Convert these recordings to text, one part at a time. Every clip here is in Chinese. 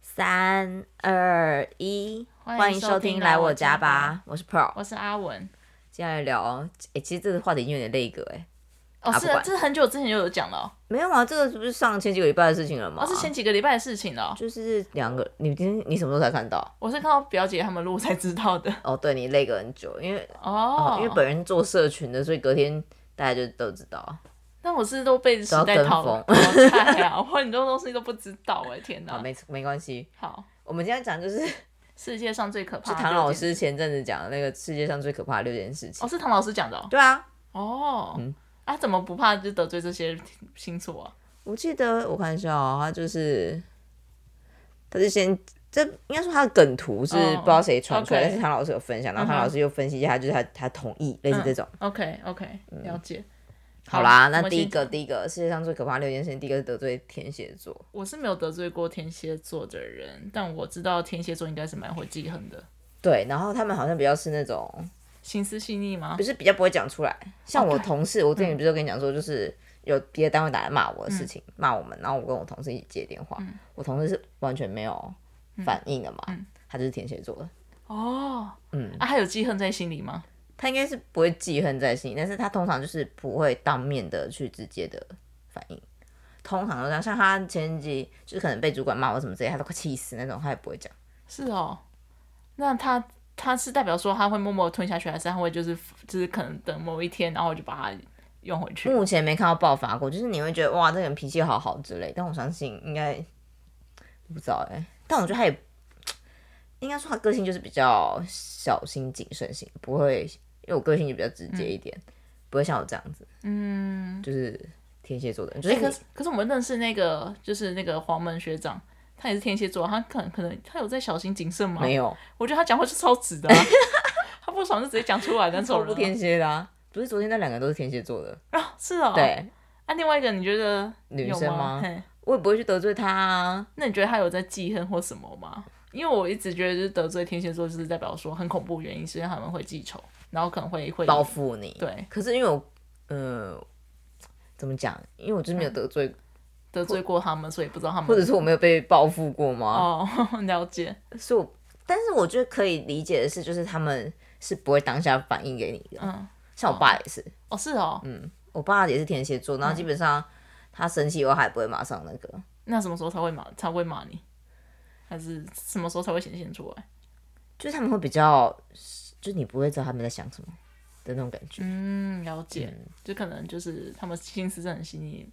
三二一，欢欢迎迎收收听听来来我我家家吧吧，我是 Pro，我是阿文。接下来聊，诶，其实这个话题有点那个诶，哦，啊是不啊，管这是很久之前就有讲了哦，没有啊，这个不是上前几个礼拜的事情了吗？哦，是前几个礼拜的事情了哦。就是两个，你今天你什么时候才看到？我是看到表姐他们录才知 道的。哦，对你那个很久，因为、哦，因为本人做社群的，所以隔天大家就都知道。但我是都被时代都要跟淘风淘汰啊，我很多东西都不知道哎，天啊，哪！没没关系，好，我们今天讲 就是世界上最可怕就的唐六老件事，师前阵子讲的那个世界上最可怕的六件事情。哦，是唐老师讲的哦。对啊，哦嗯，啊，怎么不怕就得罪这些星座啊？我记得我看一下哦，他就是，他是先这应该说他的梗图是哦不知道谁传出来 OK 但是唐老师有分享，然后嗯唐哼老师又分析一下，就是他他同意类似这种。 OK OK，了嗯解。好啦，我那们第一先个第一个世界上最可怕的六件事情，第一个是得罪天蝎座，我是没有得罪过天蝎座的人，但我知道天蝎座应该是蛮会记恨的，对，然后他们好像比较是那种，心思细腻吗不？是比较不会讲出来。像我 OK 同事，我之嗯前不是有跟你讲说，就是有别的单位打来骂我的事情，骂我们，然后我跟我同事一起接电话，嗯我同事是完全没有反应的嘛，他就是天蝎座的。哦，嗯啊，他有记恨在心里吗？他应该是不会记恨在心里，但是他通常就是不会当面的去直接的反应，通常都这样。像他前几就是可能被主管骂我什么之类，他都快气死那种，他也不会讲。是哦，那他他是代表说他会默默地吞下去，还是他会就是就是可能等某一天，然后我就把它用回去？目前没看到爆发过，就是你会觉得哇，这个人脾气好好之类，但我相信应该不知道哎、但我觉得他也应该说他个性就是比较小心谨慎型，不会因为我个性就比较直接一点，不会像我这样子，嗯，就是天蝎座的人，就哎、是你、可是可是我们认识那个就是那个黄门学长。他也是天蝎座，他可能可能他有在小心谨慎吗？没，有。我觉得他讲话是超直的 啊、他不爽就直接讲出来那种超 人啊、不天蝎的、啊，不是昨天那两个都是天蝎座的，啊，是哦，，对，那、另外一个你觉得女有生吗？吗嘿我也不会去得罪他、啊。那你觉得他有在记恨或什么吗？因为我一直觉得，就是得罪天蝎座，就是代表说很恐怖，原因是因为他们会记仇，然后可能会会报复你。对可是因为我，呃，怎么讲？因为我就是没有嗯得罪，得罪过他们，所以不知道他们或者是我没有被报复过吗？哦 了解 所以我，但是我觉得可以理解的是，就是他们是不会当下反应给你的。嗯像我爸也是，哦是哦，我爸也是天蝎座，然嗯后基本上他生气以后还不会马上那个，那什么时候才会骂才会骂你，还是什么时候才会显现出来？就是他们会比较，就是你不会知道他们在想什么的那种感觉。嗯，了解，就可能就是他们心思真的很细腻，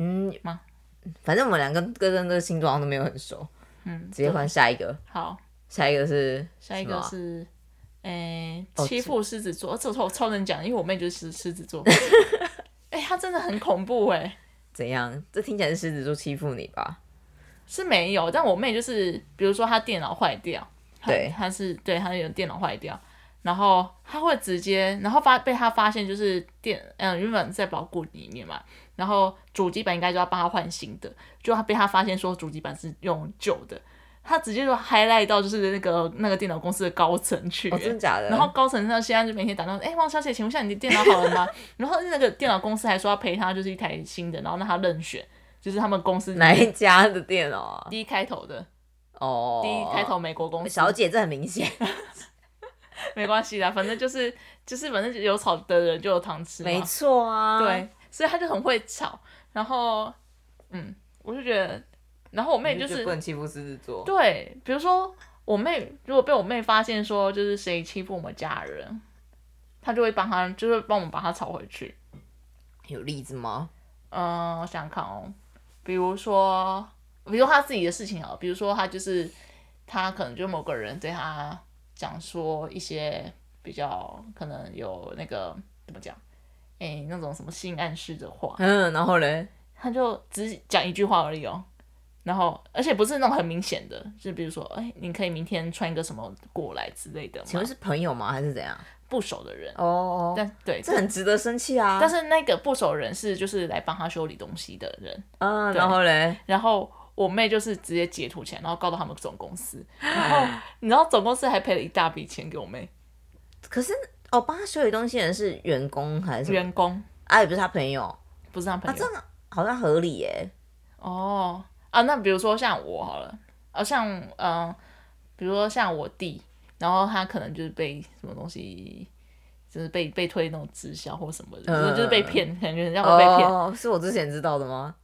嗯，吗反正我们两个跟跟这个星座好像都没有很熟，嗯，直接换下一个，好，下一个是下一什么个啊是。诶，哦欺这负狮子座，哦这我超超能讲，因为我妹就是狮狮子 座。哎、她真的很恐怖哎、怎样？这听起来是狮子座欺负你吧？是没有，但我妹就是，比如说她电脑坏掉，她对她是对她有电脑坏掉，然后她会直接，然后发被她发现就是电，嗯、原本在保固里面嘛，然后主机板应该就要帮她换新的，就她被她发现说主机板是用旧的，她直接就 highlight 到就是那个那个电脑公司的高层去、哦，真的假的？然后高层上现在就每天打电话，哎、王小姐，请问一下你的电脑好了吗？ 然后那个电脑公司还说要赔她就是一台新的，然后让她任选，就是他们公司 哪一家的店哦？第一开头的，哦，第一开头美国公司， 小姐，这很明显，没关系啦，反正就是就是反正有草的人就有糖吃嘛，没错啊。，对，所以他就很会吵，然后嗯，我就觉得，然后我妹就是不能欺负狮子座。对，比如说我妹如果被我妹发现说就是谁欺负我们家人，她就会帮她，就会帮我们把她吵回去。有例子吗？嗯，我想想看哦，比如说，比如说他自己的事情哦，比如说他就是他可能就某个人对他讲说一些比较可能有那个怎么讲，哎，那种什么性暗示的话，嗯，然后嘞，他就只讲一句话而已哦。然后，而且不是那种很明显的，就比如说，哎，你可以明天穿一个什么过来之类的吗。请问是朋友吗？还是怎样？不熟的人，哦哦，但对，这很值得生气啊。但是，是那个不熟的人是就是来帮他修理东西的人，嗯，对然后嘞，然后我妹就是直接截图起来，然后告到他们总 公司，然后你知道总公司还赔了一大笔钱给我妹可是哦，帮他修理东西的人是员工还是什么？员工，啊，也不是他朋友不是他朋啊，友、这样好像合理耶。哦啊，那比如说像我好了，呃，像嗯、呃比如说像我弟，然后他可能就是被什么东西，就是被被推那种直销或什么的，就是就是被骗，感觉人家我被骗。嗯哦，是我之前知道的吗？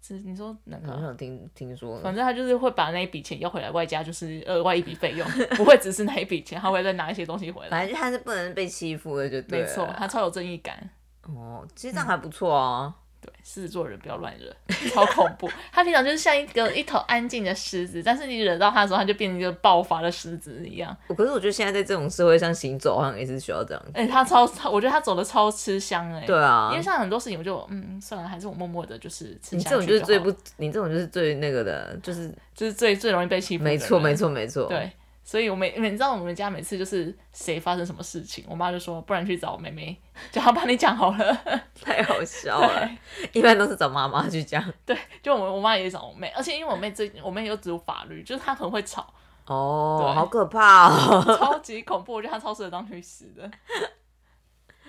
只你说哪个好啊？像有听听说反呢。正他就是会把那一笔钱要回来，外加就是额外一笔费用，不会只是那一笔钱，他会再拿一些东西回来。反正他是不能被欺负的，就 对啊没了错，他超有正义感。哦，其实这样还不错啊。对，狮子座人不要乱惹，超恐怖。他平常就是像一个一头安静的狮子，但是你惹到他的时候，他就变成一个爆发的狮子一样。哦我可是我觉得现在在这种社会上行走，好像也是需要这样。哎、他超，我觉得他走的超吃香哎、对啊因为，像很多事情，我就嗯算了，还是我默默的，就是吃你下去这种就是好最了不，你这种就是最那个的，就是就是最最容易被欺负。没错，没。错，没错。， 对，所以我每你知道我们家每次就是谁发生什么事情，我妈就说不然去找妹妹，叫她帮你讲好了。 太好啊笑了。对一般都是找妈妈去讲。对，就我我妈也找我妹，而且因为我妹最我妹又只有法律，就是她很会吵，哦对，好可怕哦。 超级恐怖，我觉得她超适合当律师的。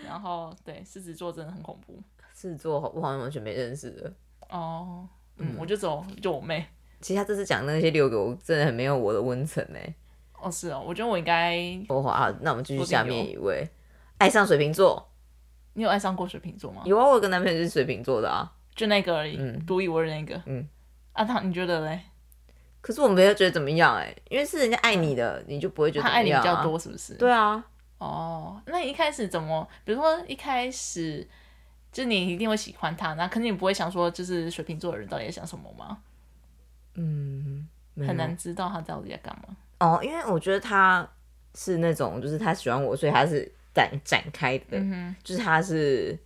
然后对狮子座真的很恐怖狮子座我好像完全没认识的。哦，嗯，我就走就我妹其实他这次讲的那些六个，我真的很没有我的温层哎。哦是哦，我觉得我应该我好，好啊那我们继续说不定下面一位，爱上水瓶座。你有爱上过水瓶座吗？有啊，我有个男朋友就是水瓶座的啊。就那个而已，嗯独一无二的那个，嗯，啊他你觉得嘞？可是我没有觉得怎么样哎、因为是人家爱你的，你就不会觉得他怎么爱你样、比啊、较。多是不是？对啊，哦，那你一开始怎么？比如说一开始，就你一定会喜欢他，那肯定不会想说，就是水瓶座的人到底在想什么吗？嗯，没有很难知道他到底在干嘛。哦，因为我觉得他是那种，就是他喜欢我，所以他是展展开的，嗯哼，就是他是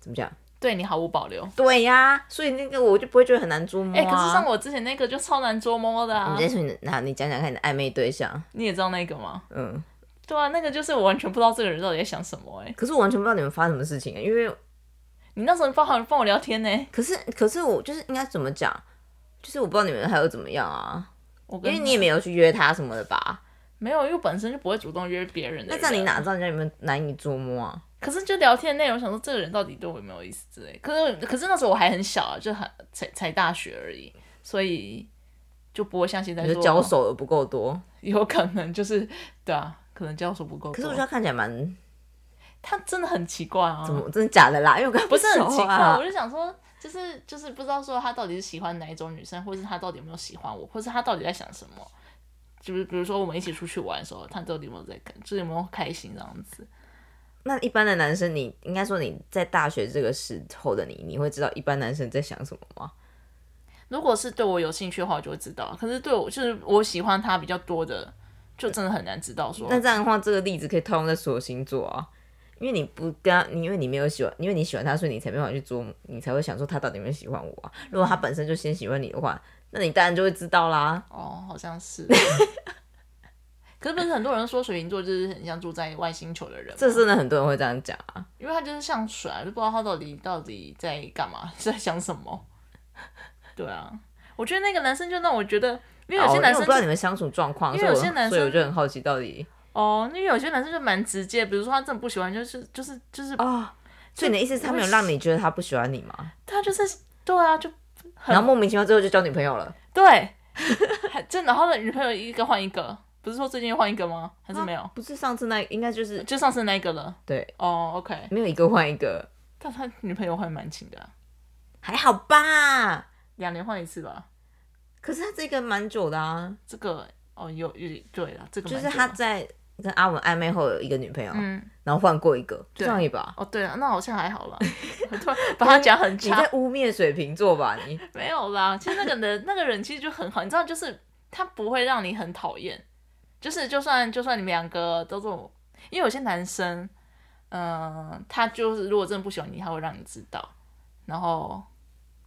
怎么讲？对你毫无保留。对呀、所以那个我就不会觉得很难捉摸、啊。哎、可是像我之前那个就超难捉摸的啊你！再说你的，那你讲讲看你的暧昧对象，你也知道那个吗？嗯，对啊，那个就是我完全不知道这个人到底在想什么、哎，可是我完全不知道你们发生什么事情、欸因为你那时候帮好帮我聊天呢、可是可是我就是应该怎么讲，就是我不知道你们还有怎么样啊，我因跟为你也没有去约他什么的吧？没有，因为我本身就不会主动约别人的那人。这样你哪知道人家有没有难以捉摸啊？可是就聊天内容，想说这个人到底对我有没有意思之类。可是可是那时候我还很小啊，就很才才大学而已，所以就不会像现在你说就交，手的不够多。有可能就是对啊，可能交手不够多。可是我觉得他看起来蛮他真的很奇怪啊，怎么真的假的啦？因为我跟他不是很熟奇怪？啊我。就想说，就是就是不知道说他到底是喜欢哪一种女生，或是他到底有没有喜欢我，或是他到底在想什么。就是比如说我们一起出去玩的时候，他到底有没有在跟，就是有没有开心这样子。那一般的男生你，应该说你在大学这个时候的你，你会知道一般男生在想什么吗？如果是对我有兴趣的话，我就会知道。可是对我就是我喜欢他比较多的，就真的很难知道说。那这样的话，这个例子可以套用在所有星座啊。因为你不跟他，你因为你没有喜欢，因为你喜欢他，所以你才没办法去捉摸，你才会想说他到底有没有喜欢我啊。如果他本身就先喜欢你的话，那你当然就会知道啦。哦，好像是。 可是不是很多人说水瓶座就是很像住在外星球的人吗，这真的很多人会这样讲啊。因为他就是像水啊，就不知道他到底到底在干嘛， 在想什么。对啊，我觉得那个男生就让我觉得，因为有哦些因男为生我不就知道你们相处状况，因所为以我有些男所以我生就很好奇到底哦，因为有些男生就蛮直接，比如说他真的不喜欢，就是就是就是、哦，所以你的意思是他没有让你觉得他不喜欢你吗？他就是对啊，就很然后莫名其妙最后就交女朋友了？对， 还真的，然后女朋友一个换一个，不是说最近又换一个吗？还是没有？啊不是上次那应该就是就上次那一个了。对，哦，OK、o k 没有一个换一个，但他女朋友换蛮勤的啊、还好吧？两年换一次吧。可是他这个蛮久的啊，这个哦，有有对了，这个就是蛮他久的在跟阿文暧昧后有一个女朋友，嗯，然后换过一个，就这样而已吧。哦对了，那好像还好 啦。我突然把他讲很你差在，污蔑水瓶座吧你？没有啦。其实那个人那个人其实就很好，你知道，就是他不会让你很讨厌，就是就算就算你们两个都这种，因为有些男生，嗯、他就是如果真的不喜欢你，他会让你知道，然后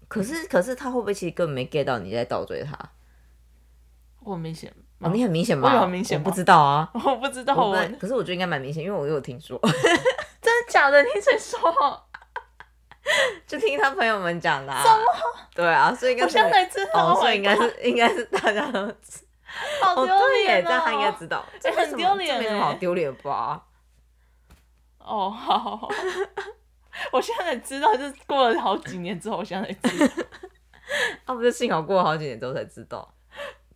可 是可是他会不会其实根本没 get 到你在倒追他？我很明显，哦，你很明显吗？我有很明显吗我不知道啊。我不知道我我不太真可是我觉得应该蛮明显，因为我有听说， 的假的，你谁说？就听他朋友们讲的、啊。对啊，所以应该我是现在知道，哦，我所以应该是应该是大家都知好哦，丢对耶，脸这样他应该哦。知道，哎很丢脸这没什么这没什么哎好丢脸吧？哦，好好 好，我现在才知道，就是过了好几年之后，我现在才知道。他不是幸好过了好几年之后才知道，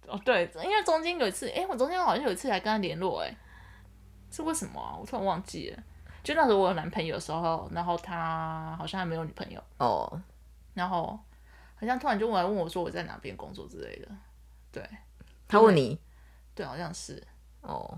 哦，对，因为中间有一次，哎、我中间好像有一次还跟他联络、哎，是为什么啊？我突然忘记了。就那时候我有男朋友的时候，然后他好像还没有女朋友，哦，然后好像突然就过来问我说我在哪边工作之类的。对，他问你，对，好像是，哦，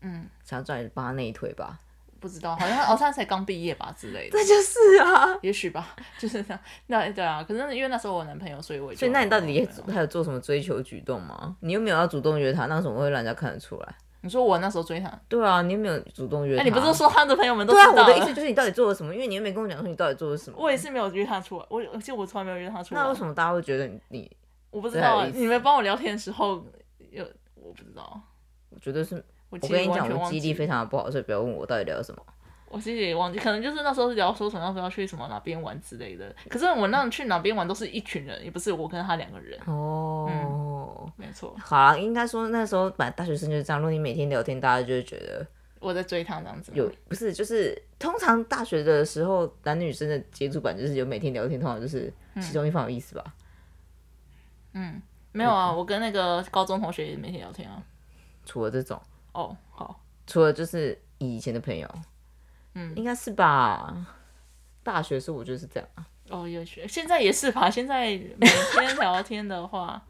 嗯，想要叫你帮他内推吧？不知道，好像好像才刚毕业吧之类的，这就是啊。也许吧， 就是这样。那对啊，可是因为那时候我有男朋友，所以我就所以，那你到底也没有他有做什么追求举动吗？你又没有要主动约他，那怎么会让人家看得出来？你说我那时候追他，哎、对啊，你又没有主动约他。你不是说他的朋友们都对知啊？道我的意思了？就是你到底做了什么？因为你又没跟我讲说你到底做了什么。我也是没有约他出来，我而且我从来没有约他出来。那为什么大家会觉得你你？我不知道啊，对你们帮我聊天的时候有，我不知道，我觉得是我我其跟实你完讲，全我忘记忆记力，非常的不好，所以不要问我到底聊了什么。我其实也忘记，可能就是那时候聊说什么要不要去什么哪边玩之类的。可是我那去哪边玩都是一群人，也不是我跟他两个人，哦。没错，好啊，应该说那时候本来大学生就是这样。如果你每天聊天，大家就会觉得我在追他这样子。有不是，就是通常大学的时候，男女生的接触版就是有每天聊天，通常就是嗯其中一方有意思吧。没有啊？我跟那个高中同学也每天聊天啊。除了这种，哦，好，除了就是以前的朋友，嗯应该是吧。大学是我就是这样，哦，也许现在也是吧。现在每天聊天的话，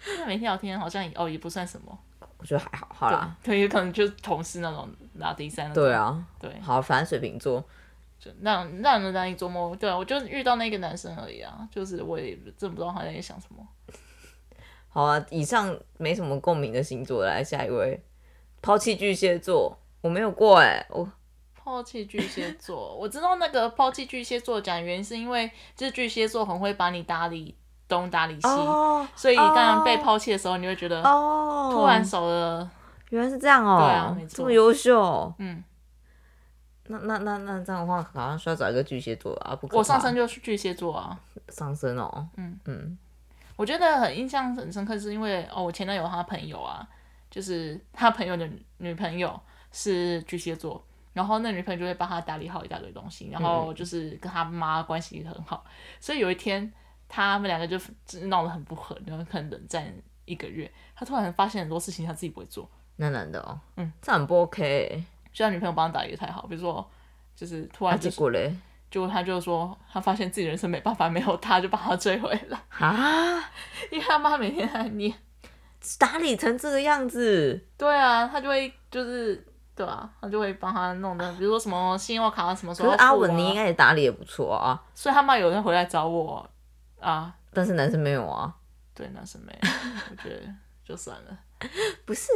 现在每天聊天好像也哦也不算什么，我觉得还好，好啦。对，有可能就是同事那种拉低三那种。对啊，对，好，反正水瓶座，就让让人难以琢磨。对啊，我就遇到那个男生而已啊，就是我也真不知道他在想什么。好啊。以上没什么共鸣的星座，来下一位，抛弃巨蟹座，我没有过哎、我抛弃巨蟹座， 我知道那个抛弃巨蟹座讲原因是因为，就是巨蟹座很会把你打理东打理西，所以当然被抛弃的时候，你会觉得哦，哦突然少了，原来是这样哦、对啊没错这么优秀，嗯，那那那那这样的话，好像需要找一个巨蟹座啊，不可怕我上升就是巨蟹座啊。上升哦，嗯嗯，我觉得很印象很深刻，是因为哦，我前男友他朋友啊，就是他朋友的女女朋友是巨蟹座，然后那女朋友就会帮他打理好一大堆东西，然后就是跟他妈关系很好，所以有一天他们两个就就是闹得很不和，然后可能冷战一个月，他突然发现很多事情他自己不会做，那男的哦，嗯，这很不 OK，欸所以他女朋友帮他打理的太好，比如说就是突啊，然就结果嘞，就他就说他发现自己人生没办法没有他，就把他追回来， 啊，因为他妈每天在念。打理成这个样子，对啊，他就会就是对啊，他就会帮他弄的，比如说什么信用卡什么时可候、是啊。阿文你应，该也打理也不错啊，所以他妈有人回来找我啊，但是男生没有啊，对，那是没有，我觉得就算了。不是，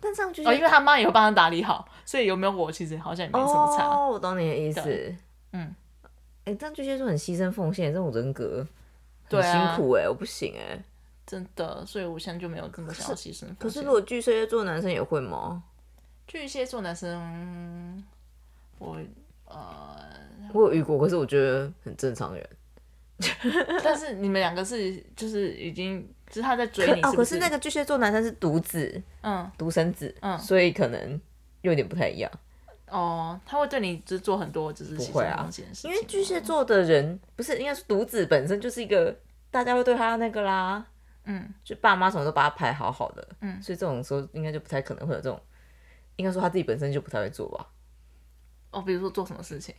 但这样就哦，因为他妈也会帮他打理好，所以有没有我其实好像也没什么差。哦，我懂你的意思对，嗯，哎、这样巨蟹座很牺牲奉献，这种人格很对啊辛苦哎、我不行哎、真的，所以我现在就没有这么想要牺牲奉献。可是如果巨蟹座男生也会吗？巨蟹座男生，我呃， 我有遇过，可是我觉得很正常人。但是你们两个是就是已经，就是他在追可你哦，是可不是那个巨蟹座男生是独子，嗯。独生子，嗯所以可能有点不太一样。哦，他会对你就是做很多就是牺不会牲啊奉献的事情因吗，为巨蟹座的人不是应该是独子本身就是一个大家会对他那个啦，嗯，就爸妈什么都把他排好好的，嗯所以这种时候应该就不太可能会有这种，应该说他自己本身就不太会做吧。哦，比如说做什么事情，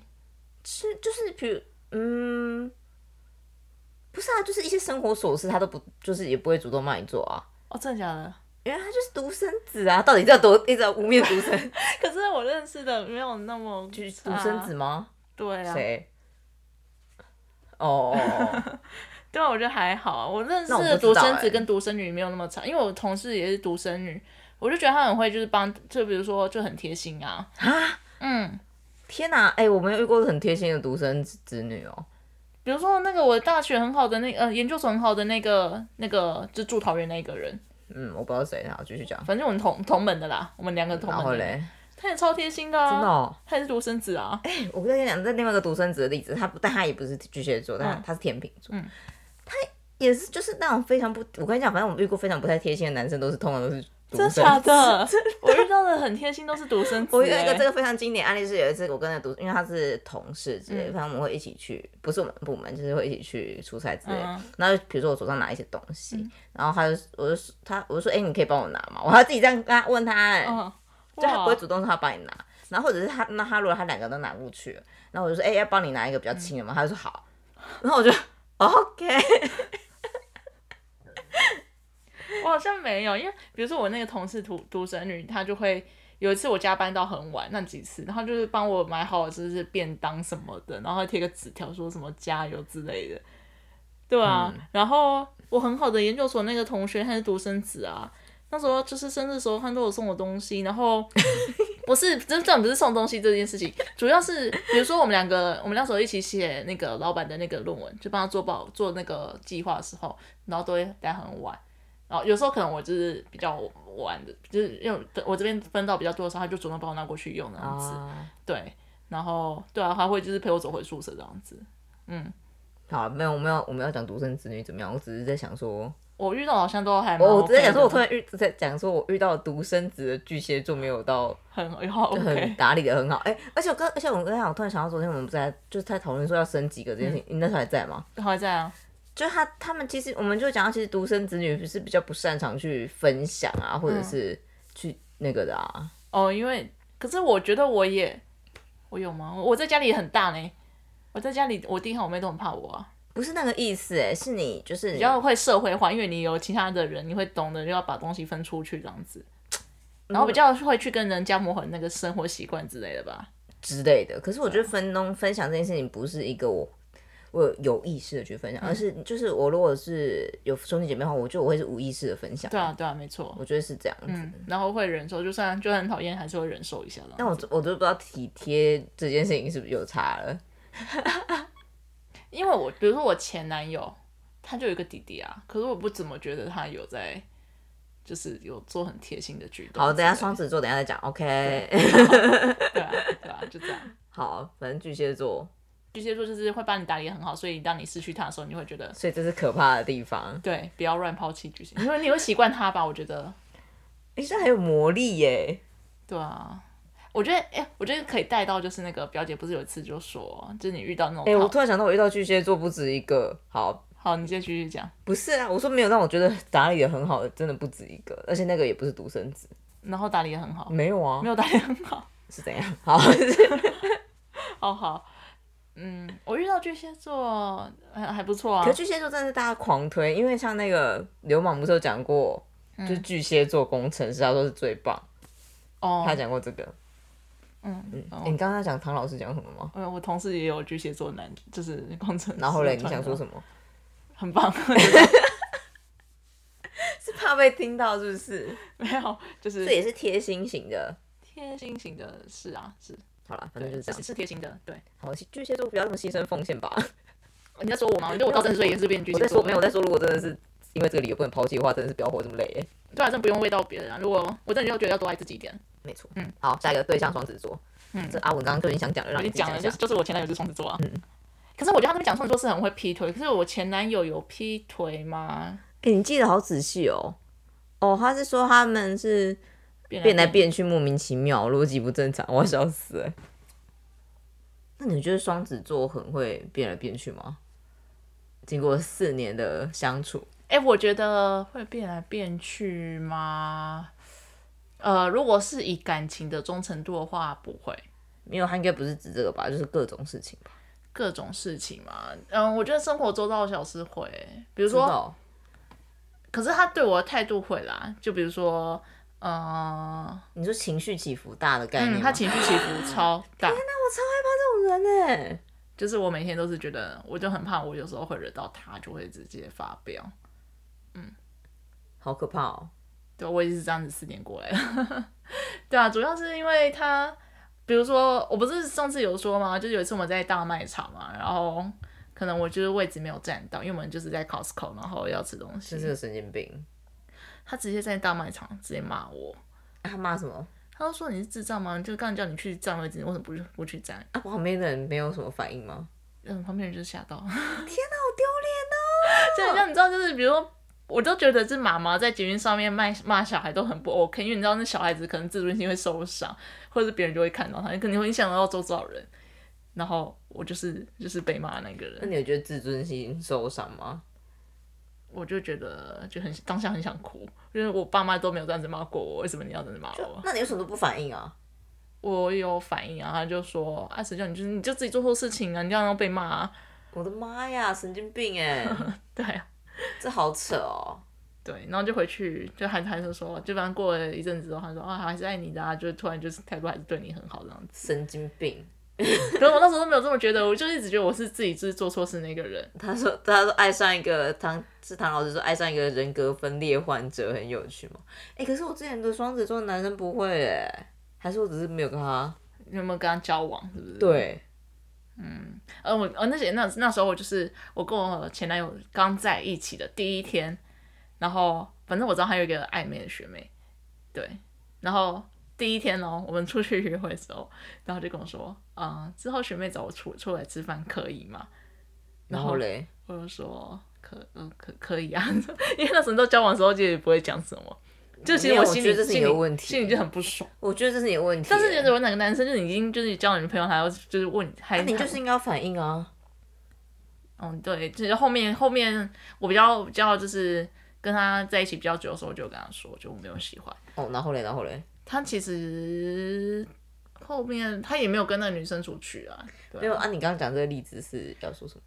是就是比如嗯，不是啊，就是一些生活琐事他都不就是也不会主动帮你做啊。哦，真的假的？因为他就是独生子啊，到底叫多一直污蔑独生 可是我认识的没有那么就是差独生子，吗？对啊，谁？哦， 对啊，我觉得还好啊。我认识那我的不知独道生欸子跟独生女没有那么差，因为我同事也是独生女，我就觉得她很会，就是帮，就比如说就很贴心啊， 嗯，天哪、哎、我没有遇过很贴心的独生子子女哦。比如说那个我大学很好的那呃研究所很好的那个那个就住桃园那个人，嗯，我不知道谁，好，继续讲。反正我们同同门的啦，我们两个同然后门的，嘞，他也超贴心的啊，真的、哦，哎他也是独生子啊，我跟你讲，在另外一个独生子的例子，他不，但他也不是巨蟹座，但他,、嗯他是天秤座，嗯他也是就是那种非常不，我跟你讲，反正我们遇过非常不太贴心的男生，都是通常都是独真生的假的？我遇到的很贴心都是独生子、欸。 哦我遇到一个这个非常经典案例是有一次我跟他读，因为他是同事之类，嗯反正我们会一起去，不是我们部门，就是会一起去出差之类嗯。然后比如说我手上拿一些东西，然后他就我就说他我就说哎、你可以帮我拿吗？我还要自己这样跟他问他、哎嗯， 就他不会哇主动说他帮你拿，然后或者是他那他如果他两个都拿不去，然后我就说哎、要帮你拿一个比较轻嗯的嘛，他就说好，然后我就 OK， 我好像没有，因为比如说我那个同事独独生女，她就会有一次我加班到很晚那几次，然后就是帮我买好就是便当什么的，然后贴个纸条说什么加油之类的，对啊。嗯然后我很好的研究所那个同学他是独生子啊，那时候就是生日的时候他都有送我东西，然后不是真正不是送东西这件事情，主要是比如说我们两个我们那时候一起写那个老板的那个论文，就帮他做报做那个计划的时候，然后都会待很晚。然后有时候可能我就是比较晚的，就是因为我这边分到比较多的时候，他就主动帮我拿过去用那样子。啊，对，然后对啊，他会就是陪我走回宿舍这样子。好，没有我没有我没有讲独生子女怎么样，我只是在想说，我遇到好像都还蛮、哦我 OK、我只是想说我突然遇在讲说我遇到独生子的巨蟹座没有到很好就 OK，很打理的很好，哎、而且我刚而且我刚才我突然想到昨天我们不是在就是在讨论说要生几个这件事情，嗯你那时候还在吗？还在啊，就他他们其实我们就讲到，其实独生子女是比较不擅长去分享啊，或者嗯是去那个的啊。哦，因为可是我觉得我也我有吗？我在家里也很大呢。我在家里，我弟和我妹都很怕我啊，不是那个意思哎、是你就是你比较会社会化，因为你有其他的人，你会懂得就要把东西分出去这样子，嗯然后比较会去跟人家磨合那个生活习惯之类的吧。之类的。可是我啊觉得分东分享这件事情不是一个我我有意识的去分嗯享，而是就是我如果是有兄弟姐妹的话，我觉得我会是无意识的分享。对啊，对啊，没错。我觉得是这样子。嗯，然后会忍受，就算就很讨厌，还是会忍受一下的。但我我都不知道体贴这件事情是不是有差了。因为我比如说我前男友，他就有一个弟弟啊，可是我不怎么觉得他有在，就是有做很贴心的举动。好，等一下之类双的子座，等一下再讲。OK，对啊，对啊，就这样。 好，反正巨蟹座，巨蟹座就是会把你打理得很好，所以当你失去他的时候，你会觉得所以这是可怕的地方。对，不要乱抛弃巨蟹，因为你会习惯他吧？我觉得，诶，这还有魔力耶！对啊。我觉得，哎、我觉得可以带到，就是那个表姐不是有一次就说，就是你遇到那种哎、我讨，突然想到，我遇到巨蟹座不止一个。好，好，你接继续讲。不是啊，我说没有让我觉得打理的很好的，真的不止一个，而且那个也不是独生子，然后打理也很好，没有啊，哦没有打理得很好，是怎样？好，哦好，嗯，我遇到巨蟹座还还不错啊可是，巨蟹座真的是大家狂推，因为像那个流氓不是有讲过，就是巨蟹座工程师，他说是最棒，哦，他讲过这个。嗯嗯，诶你刚刚在讲唐老师讲什么吗？呃我同事也有巨蟹座男，就是工啊程师。然后嘞，你想说么？什么？很棒， 是怕被听到是不是？没有，就是这也是贴心型的。贴心型的，是啊，是，好了，反正就对，是这是样。是贴心的，对。好，巨蟹座不要那么牺牲奉献吧。你在说我吗？你觉得我到三十岁也是变巨我蟹在座？说没有，我在说如果真的是因为这个理由不能抛弃的话，真的是不要活这么累耶。对啊，真的不用为到别人啊。如果我真的就觉得要多爱自己一点，没错，嗯，好，下一个对象双子座，嗯这阿文刚刚就已经想讲了，我让已你经自己讲讲了，一就下是。就是我前男友是双子座啊。嗯可是我觉得他们讲双子座是很会劈腿，可是我前男友有劈腿吗？哎、你记得好仔细哦。哦，他是说他们是变变来变去，莫名其妙，逻辑不正常，我要笑死了。那你觉得双子座很会变来变去吗？经过四年的相处，哎、我觉得会变来变去吗？呃，如果是以感情的忠诚度的话，不会。没有，他应该不是指这个吧？就是各种事情吧。各种事情嘛，嗯，我觉得生活周到的小事会，比如知说，道可是他对我的态度会啦，就比如说，嗯，你说情绪起伏大的概念吗、嗯，他情绪起伏超大，这种人哎、就是我每天都是觉得，我就很怕我有时候会惹到他，就会直接发飙。好可怕哦。对，我也是这样子四年过来的。 对啊，主要是因为他，比如说，我不是上次有说吗？就是有一次我们在大卖场嘛，然后可能我就是位置没有占到，因为我们就是在 Costco，然后要吃东这是西。个神经病。他直接在大卖场直接骂我，啊他骂什么？他就说你是智障吗？就刚才叫你去占位置，你为什么不去不去占？啊，旁边的人没有什么反应吗？嗯，旁边人就吓到。天哪，好丢脸！就很像你知道，就是比如说我都觉得这妈妈在捷运上面骂骂小孩都很不 OK，因为你知道那小孩子可能自尊心会受伤，或者是别人就会看到他，肯定会影响到周遭人。然后我就是就是被骂的那个那人，你有觉得自尊心受伤吗？我就觉得就很当下很想哭，因为我爸妈都没有这样子骂过我，为什么你要这样子骂我？那你为什么都不反应啊？我有反应啊，他就说啊，谁叫你就是你就自己做错事情啊，你这样要被骂啊。我的妈呀，神经病 哎，对啊，这好扯哦。对，然后就回去，就还还是说，就反正过了一阵子之后，他说啊，还是爱你的啊，就突然就是态度还是对你很好这样子。神经病。可是我那时候都没有这么觉得，我就一直觉得我是自己就是做错事那个人。他说，他说爱上一个唐是唐老师说爱上一个人格分裂患者很有趣吗？哎、可是我之前的双子座的男生不会哎，还是我只是没有跟他你有没有跟他交往？是不是？。对呃，我呃那些那那时候我就是我跟我前男友刚在一起的第一天，然后反正我知道他有一个暧昧的学妹，对，然后第一天哦，我们出去约会的时候，然后就跟我说，嗯、之后学妹找我出出来吃饭可以吗？然然后后嘞，我就说可嗯、可可以啊， 因为那时候都交往的时候，其实也不会讲什么，就其没实有我我心觉里得这是你心的里问题心里就很不爽，我觉得这是你的问题欸。但是觉得我哪个男生就是已经就是交了女朋友，还要就是问你，还那你就是应该要反应啊，嗯，对，就是后面后面我比较比较就是跟他在一起比较久的时候，我就跟他说，就我没有喜欢哦，然后嘞，然后嘞，他。其实后面他也没有跟那个女生出去啊，没对有啊，啊？你刚刚讲这个例子是要说什么？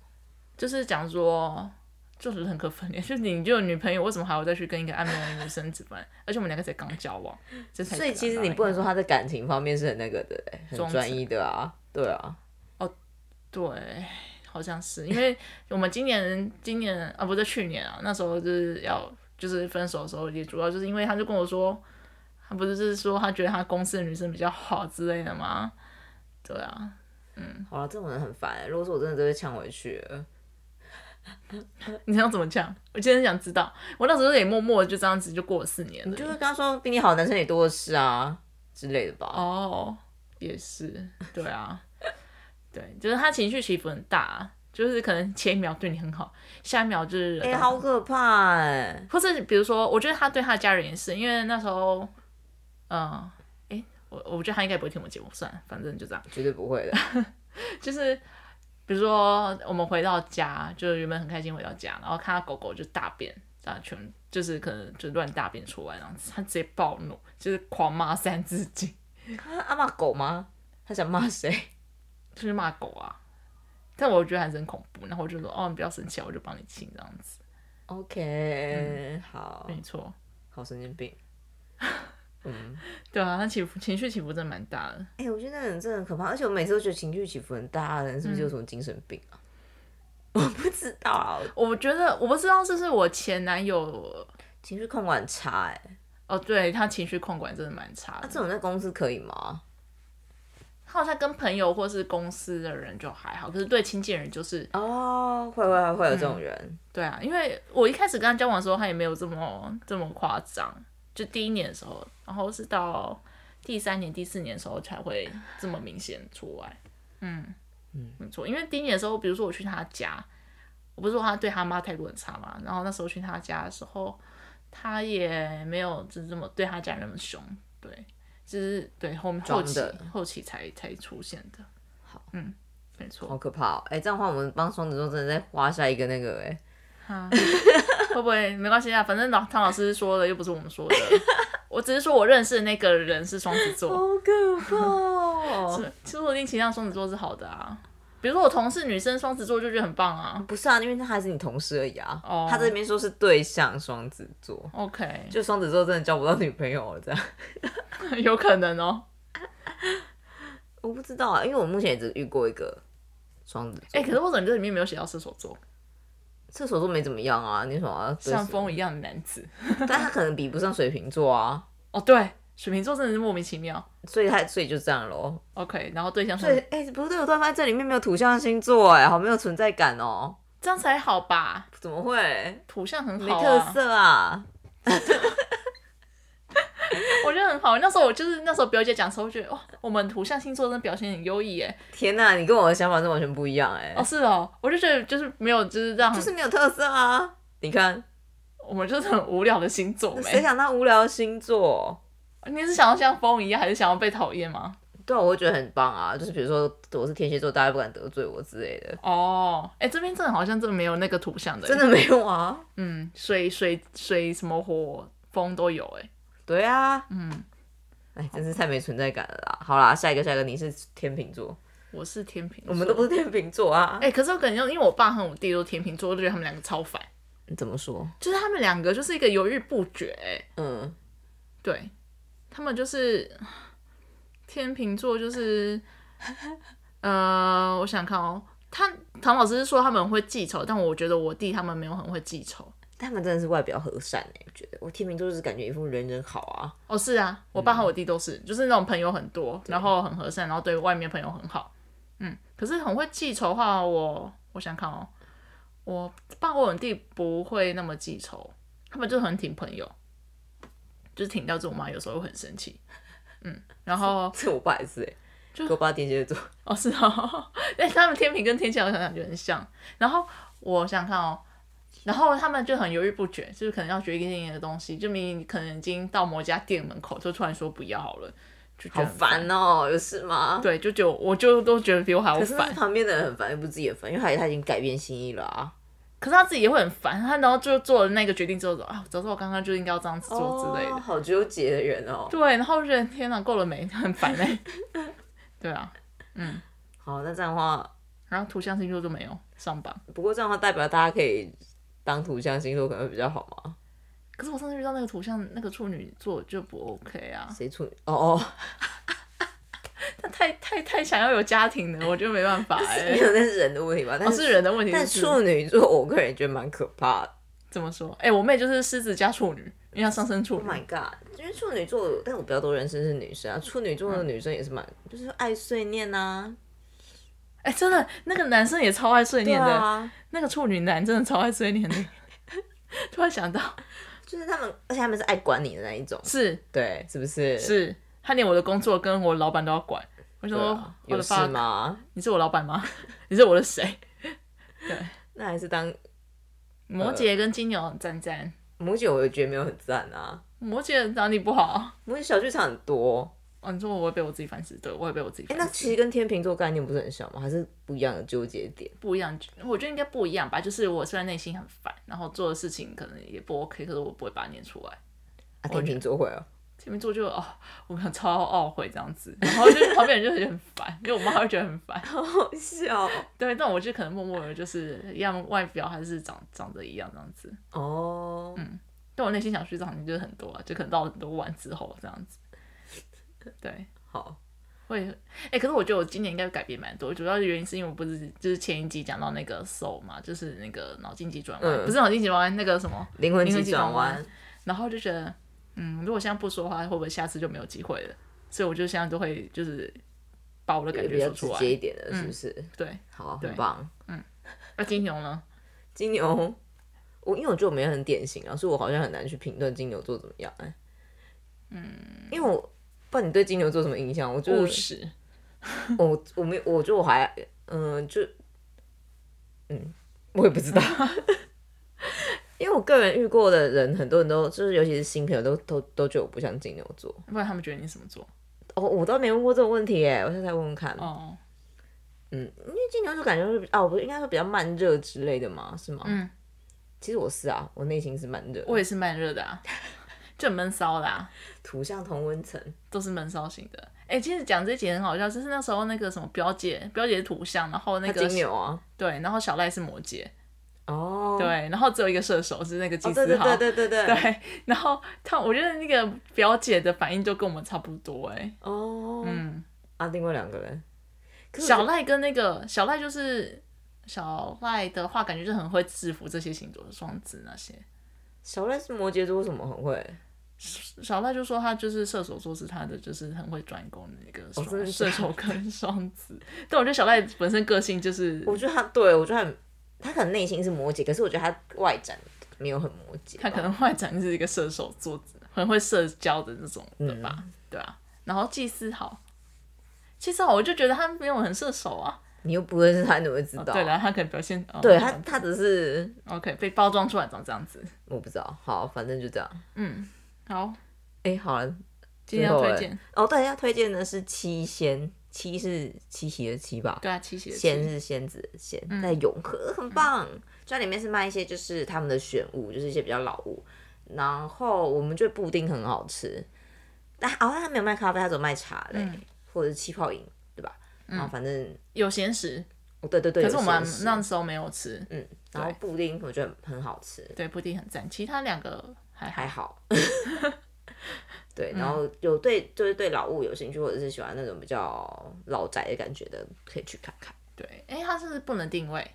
就是讲说就是人格分裂， 就是你就有女朋友，为什么还要再去跟一个暧昧的女生吃饭？而且我们两个才刚交往，这才所以其实你不能说他在感情方面是很那个的欸，很忠专诚一的啊，对啊，对。好像是，因为我们今年今年啊，不是去年啊，那时候就是要就是分手的时候，也主要就是因为他就跟我说，他不是就是说他觉得他公司的女生比较好之类的吗？对啊，好了，这种人很烦欸。如果说我真的都会呛回去了，你想怎么讲？我今天想知道，我那时候也默默地就这样子就过了四年你了。就会跟他说比你好的男生也多的是啊之类的吧。哦，也是，对啊， 对，就是他情绪起伏很大，就是可能前一秒对你很好，下一秒就是呃哎、好可怕哎！或是比如说，我觉得他对他的家人也是，因为那时候，嗯、诶，我我觉得他应该不会听我节目，算了，反正就这样。绝对不会的， 就是比如说，我们回到家，就是原本很开心回到家，然后看到狗狗就大便，大全就是可能就乱大便出来，然后他直接暴怒，就是狂骂《三字经》，他他骂狗吗？他想骂谁？就是骂狗啊。但我觉得还是很恐怖，然后我就说，哦，你不要生气啊，我就帮你清这样子。 OK，、好，嗯没错，好神经病。嗯，对啊，他起伏情绪起伏真的蛮大的。哎、我觉得那人真的很可怕，而且我每次都觉得情绪起伏很大，啊人是不是有什么精神病啊？ 我不知道啊，我我觉得我不知道是不是我前男友，情绪控管很差哎、哦，对他情绪控管真的蛮差那、的。这种在公司可以吗？他好像跟朋友或是公司的人就还好，可是对亲近人就是哦，会会会有这种人，对啊，因为我一开始跟他交往的时候，他也没有这么这么夸张，就第一年的时候，然后是到第三年、第四年的时候才会这么明显出来。嗯嗯没错，因为第一年的时候，比如说我去他家，我不是说他对他妈态度很差嘛，然后那时候去他家的时候，他也没有就是这么对他家人那么凶，对，就是对后面后装期的后期才才出现的。好，嗯，没错好。可怕、哦！哎、这样的话，我们帮双子座真的再画下一个那个哎、哈，会不会没关系啊？反正老唐老师说的又不是我们 说的，我只是说我认识的那个人是双子座，好可怕、 哦！是其实我一定倾向双子座是好的啊。比如说我同事女生双子座就觉得很棒啊。不是啊，因为他还是你同事而已啊。哦他这边说是对象双子座， OK，就双子座真的交不到女朋友了，这样。 有可能哦。我不知道啊，因为我目前也只遇过一个双子座。哎、可是为什么这里面没有写到射手座，射手座没怎么样啊，你什么要对像什么风一样的男子？但他可能比不上水瓶座啊，哦，对，水瓶座真的是莫名其妙。所以他所以就这样咯。 OK，然后对象所以是哎、不对，我突然发现这里面没有土象星座哎、好没有存在感哦，这样才好吧？怎么会？图像很没好、啊，特色啊！我觉得很好。那时候我就是那时候表姐讲的时候，我觉得哇，哦我们图像星座真的表现很优异耶。天哪、你跟我的想法是完全不一样哎、嗯哦，是哦，我就觉得就是没有，就是让就是没有特色啊！你看，我们就是很无聊的星座谁没？想当无聊的星座？你是想要像风一样，还是想要被讨厌吗？对啊，我会觉得很棒啊！就是比如说我是天蝎座，大家不敢得罪我之类的，哦，哎，这边真的好像真的没有那个图像的，欸真的没有啊？嗯，水水水什么火风都有哎、欸对啊，嗯，哎，真是太没存在感了啦！好啦，下一个，下一个，你是天秤座，我是天秤座，我们都不是天秤座啊。哎、可是我感觉因为我爸和我弟都天秤座，我就觉得他们两个超烦，你怎么说？就是他们两个就是一个犹豫不决、欸，嗯，对他们就是天秤座就是， 呃，我想看哦，他唐老师是说他们会记仇，但我觉得我弟他们没有很会记仇。他们真的是外表和善哎、我觉得我天秤座就是感觉一副人人好啊。哦，是啊，我爸和我弟都是，就是那种朋友很多，然后很和善，然后对外面朋友很好。嗯，可是很会记仇的话，我我想看哦，我爸和我弟不会那么记仇，他们就很挺朋友，就是挺到这，我妈有时候会很生气。嗯，然后这我爸也是哎、就跟我爸天蝎座，哦是哦，哎，他们天平跟天蝎好像感觉很像。然后我想看哦，然后他们就很犹豫不决，就是可能要决定的东西，就明明可能已经到某一家店门口，就突然说不要好了，就觉好得很烦哦、有事吗？对，就就我就都觉得比我还要可是烦，旁边的人很烦，又不是自己很烦，因为他他已经改变心意了啊。可是他自己也会很烦，他然后就做了那个决定之后说啊，早知道我刚刚就应该要这样子做之类的。哦好纠结的人哦、对，然后我觉得天哪，够了没？ 很烦哎、对啊，好，那这样的话，然后图像星座就没有上榜。不过这样的话代表大家可以当图像星座可能会比较好嘛？可是我上次遇到那个图像，那个处女座就不 OK 啊，谁处女？哦哦，他太太太想要有家庭了，我觉得没办法哎、没有， 那是人的问题吧？哦，但是人的问题但是处女座，我个人觉得蛮可怕的。怎么说？哎、我妹就是狮子加处女，因为她上升处 Oh 女 my god！因为处女座，但我比较多认识是女生啊，处女座的女生也是蛮，就是爱碎念啊呐、哎、真的，那个男生也超爱碎对念的，啊，那个处女男真的超爱 碎念的。突然想到，就是他们，而且他们是爱管你的那一种，是对，啊是不是？是，他连我的工作跟我老板都要管。我对说，啊，我有的事爸，吗？你是我老板吗？ 你是我的谁？对，那还是当摩啊羯跟金牛赞赞，母姐，我觉得没有很赞啊。摩羯哪里不好？母姐小剧场很多，哦，你说我会被我自己烦死，对我也被我自己哎、烦那死。其实跟天秤座概念不是很像吗？还是不一样的纠结点？不一样，我觉得应该不一样吧。就是我虽然内心很烦，然后做的事情可能也不 OK，可是我不会把它念出来。啊，我天秤座会哦、天秤座就哦，我可能超懊悔这样子，然后就是旁边人就觉得很烦，因为我妈会觉得很烦。好笑对，但我就可能默默的，就是哦一样外表还是长长得一样这样子。哦。但我内心想去长就是很多啊，就可能到很多晚之后这样子。对，好，会哎、可是我觉得我今年应该改变蛮多，主要的原因是因为我不是就是前一集讲到那个 soul 嘛，就是那个脑筋急转弯，嗯不是脑筋急转弯那个什么，灵魂灵魂急急转转弯弯，然后就觉得，嗯，如果现在不说的话，会不会下次就没有机会了？所以我就现在都会就是把我的感也觉比较说直出来。接一点的，是不是？对，好，啊对很棒。那金牛呢？金牛，我因为我觉得我没有很典型啊，所以我好像很难去评论金牛座怎么样、哎，嗯，因为我不知道你对金牛座什么印象，我就务是实，我哦我没有我觉得我还嗯、就嗯我也不知道， 因为我个人遇过的人，很多人都就是尤其是新朋友都都都觉得我不像金牛座。不然他们觉得你什么座？哦，我倒没问过这种问题耶，我现在问问看。哦，因为金牛座感觉是哦，不是应该说比较慢热之类的嘛，是吗？嗯，其实我是啊，我内心是慢热，我也是慢热的啊， 就很闷骚的、啊，土象同温层。都是闷骚型的。哎、其实讲这一集很好笑，就是那时候那个什么表姐，表姐是土象，然后那他个金牛啊，对，然后小赖是摩羯，哦，对，然后只有一个射手是那个金哦，对丝对豪，对对对对， 对，然后他，我觉得那个表姐的反应就跟我们差不多哎、哦，嗯，啊，另外两个人，可是我小赖跟那个小赖就是小赖的话，感觉就很会制服这些星座的双子那些。小赖是摩羯座，为什么很会？小赖就说他就是射手座是他的，就是很会专攻的一个哦双、真的假射的手跟双子。但我觉得小赖本身个性就是我觉得他对我觉得他很他可能内心是摩羯，可是我觉得他外展没有很摩羯吧，他可能外展是一个射手座，很会社交的那种的嗯吧，对啊。然后祭司好，祭司好，我就觉得他没有很射手啊，你又不认识他，你怎么会知道？哦啊对，然后他可能表现，哦、对他他只是，OK 被包装出来长这样子。我不知道，好，反正就这样。嗯，好，哎、好了，今最天要后推嘞荐，哦，对，要推荐的是七仙，七是七喜的七吧？对啊，七喜的仙七是仙子的仙，嗯在永和很棒。这里面是卖一些就是他们的选物，就是一些比较老物。然后我们觉得布丁很好吃，但好像、他没有卖咖啡，他只有卖茶类、嗯或者是气泡饮，对吧？然后反正有咸食，哦，对对对，可是我们有咸食那时候没有吃。嗯，然后布丁我觉得很好吃，对，布丁很赞，其他两个还好。还 好。对，嗯然后有对就是对老物有兴趣，或者是喜欢那种比较老宅的感觉的，可以去看看。对，哎、它是不能定位，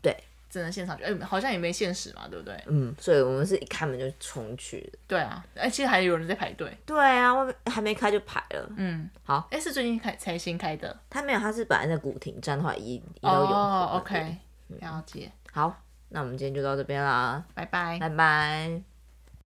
对，只能现场去。哎、好像也没限时嘛，对不对？嗯，所以我们是一开门就冲去的。对啊，哎、其实还有人在排队。对啊，外面 还没开就排了。嗯，好，哎、是最近开才新开的。他没有，他是本来在古亭站的话，移移到永和那哦边嗯，OK，了解，好，那我们今天就到这边啦，拜拜。拜拜。